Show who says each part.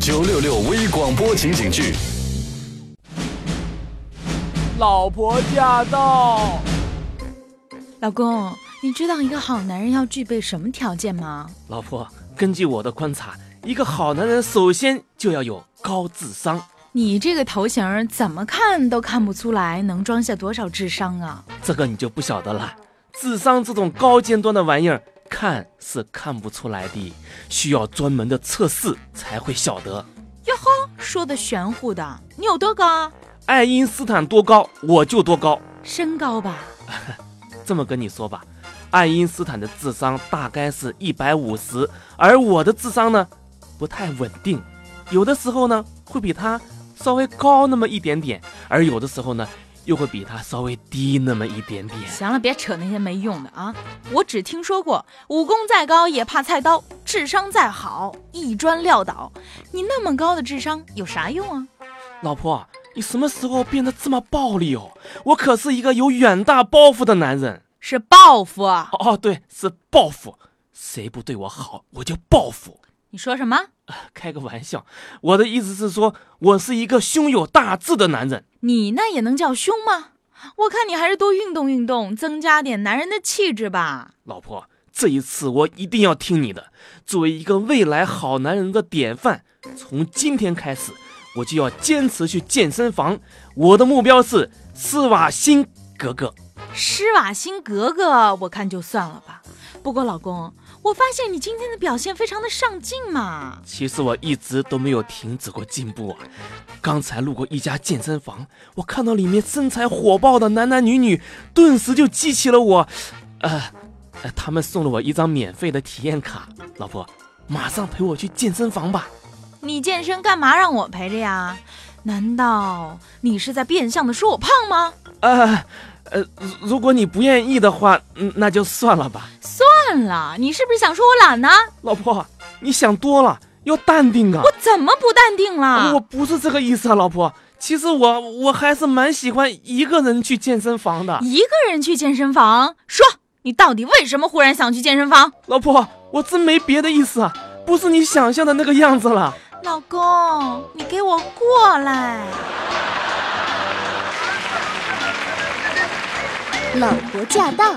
Speaker 1: 九六六微广播情景剧，
Speaker 2: 老婆驾到！
Speaker 3: 老公，你知道一个好男人要具备什么条件吗？
Speaker 4: 老婆，根据我的观察，一个好男人首先就要有高智商。
Speaker 3: 你这个头型儿怎么看都看不出来能装下多少智商啊！
Speaker 4: 这个你就不晓得了。智商这种高尖端的玩意儿，看是看不出来的，需要专门的测试才会晓得。
Speaker 3: 哟呵，说的玄乎的，你有多高啊？
Speaker 4: 爱因斯坦多高，我就多高。
Speaker 3: 身高吧？
Speaker 4: 这么跟你说吧，爱因斯坦的智商大概是一百五十，而我的智商呢，不太稳定，有的时候呢会比他稍微高那么一点点，而有的时候呢又会比他稍微低那么一点点。
Speaker 3: 行了，别扯那些没用的啊！我只听说过，武功再高也怕菜刀，智商再好一砖撂倒。你那么高的智商有啥用啊？
Speaker 4: 老婆，你什么时候变得这么暴力哦？我可是一个有远大抱负的男人。
Speaker 3: 是报复啊！
Speaker 4: 哦，对，是报复，谁不对我好，我就报复。
Speaker 3: 你说什么？
Speaker 4: 开个玩笑，我的意思是说，我是一个胸有大志的男人。
Speaker 3: 你那也能叫凶吗？我看你还是多运动运动，增加点男人的气质吧。
Speaker 4: 老婆，这一次我一定要听你的。作为一个未来好男人的典范，从今天开始，我就要坚持去健身房。我的目标是施瓦辛格格。
Speaker 3: 施瓦辛格格，我看就算了吧。不过老公，我发现你今天的表现非常的上进嘛。
Speaker 4: 其实我一直都没有停止过进步啊。刚才路过一家健身房，我看到里面身材火爆的男男女女，顿时就激起了我，呃，呃他们送了我一张免费的体验卡。老婆，马上陪我去健身房吧。
Speaker 3: 你健身干嘛让我陪着呀？难道你是在变相的说我胖吗？
Speaker 4: 呃，呃，如如果你不愿意的话，嗯那就算了吧。
Speaker 3: 算了，你是不是想说我懒呢？
Speaker 4: 老婆，你想多了，要淡定啊。
Speaker 3: 我怎么不淡定了？
Speaker 4: 我不是这个意思啊，老婆。其实我我还是蛮喜欢一个人去健身房的。
Speaker 3: 一个人去健身房，说你到底为什么忽然想去健身房？
Speaker 4: 老婆，我真没别的意思啊，不是你想象的那个样子了。
Speaker 3: 老公，你给我过来！
Speaker 5: 老婆驾到！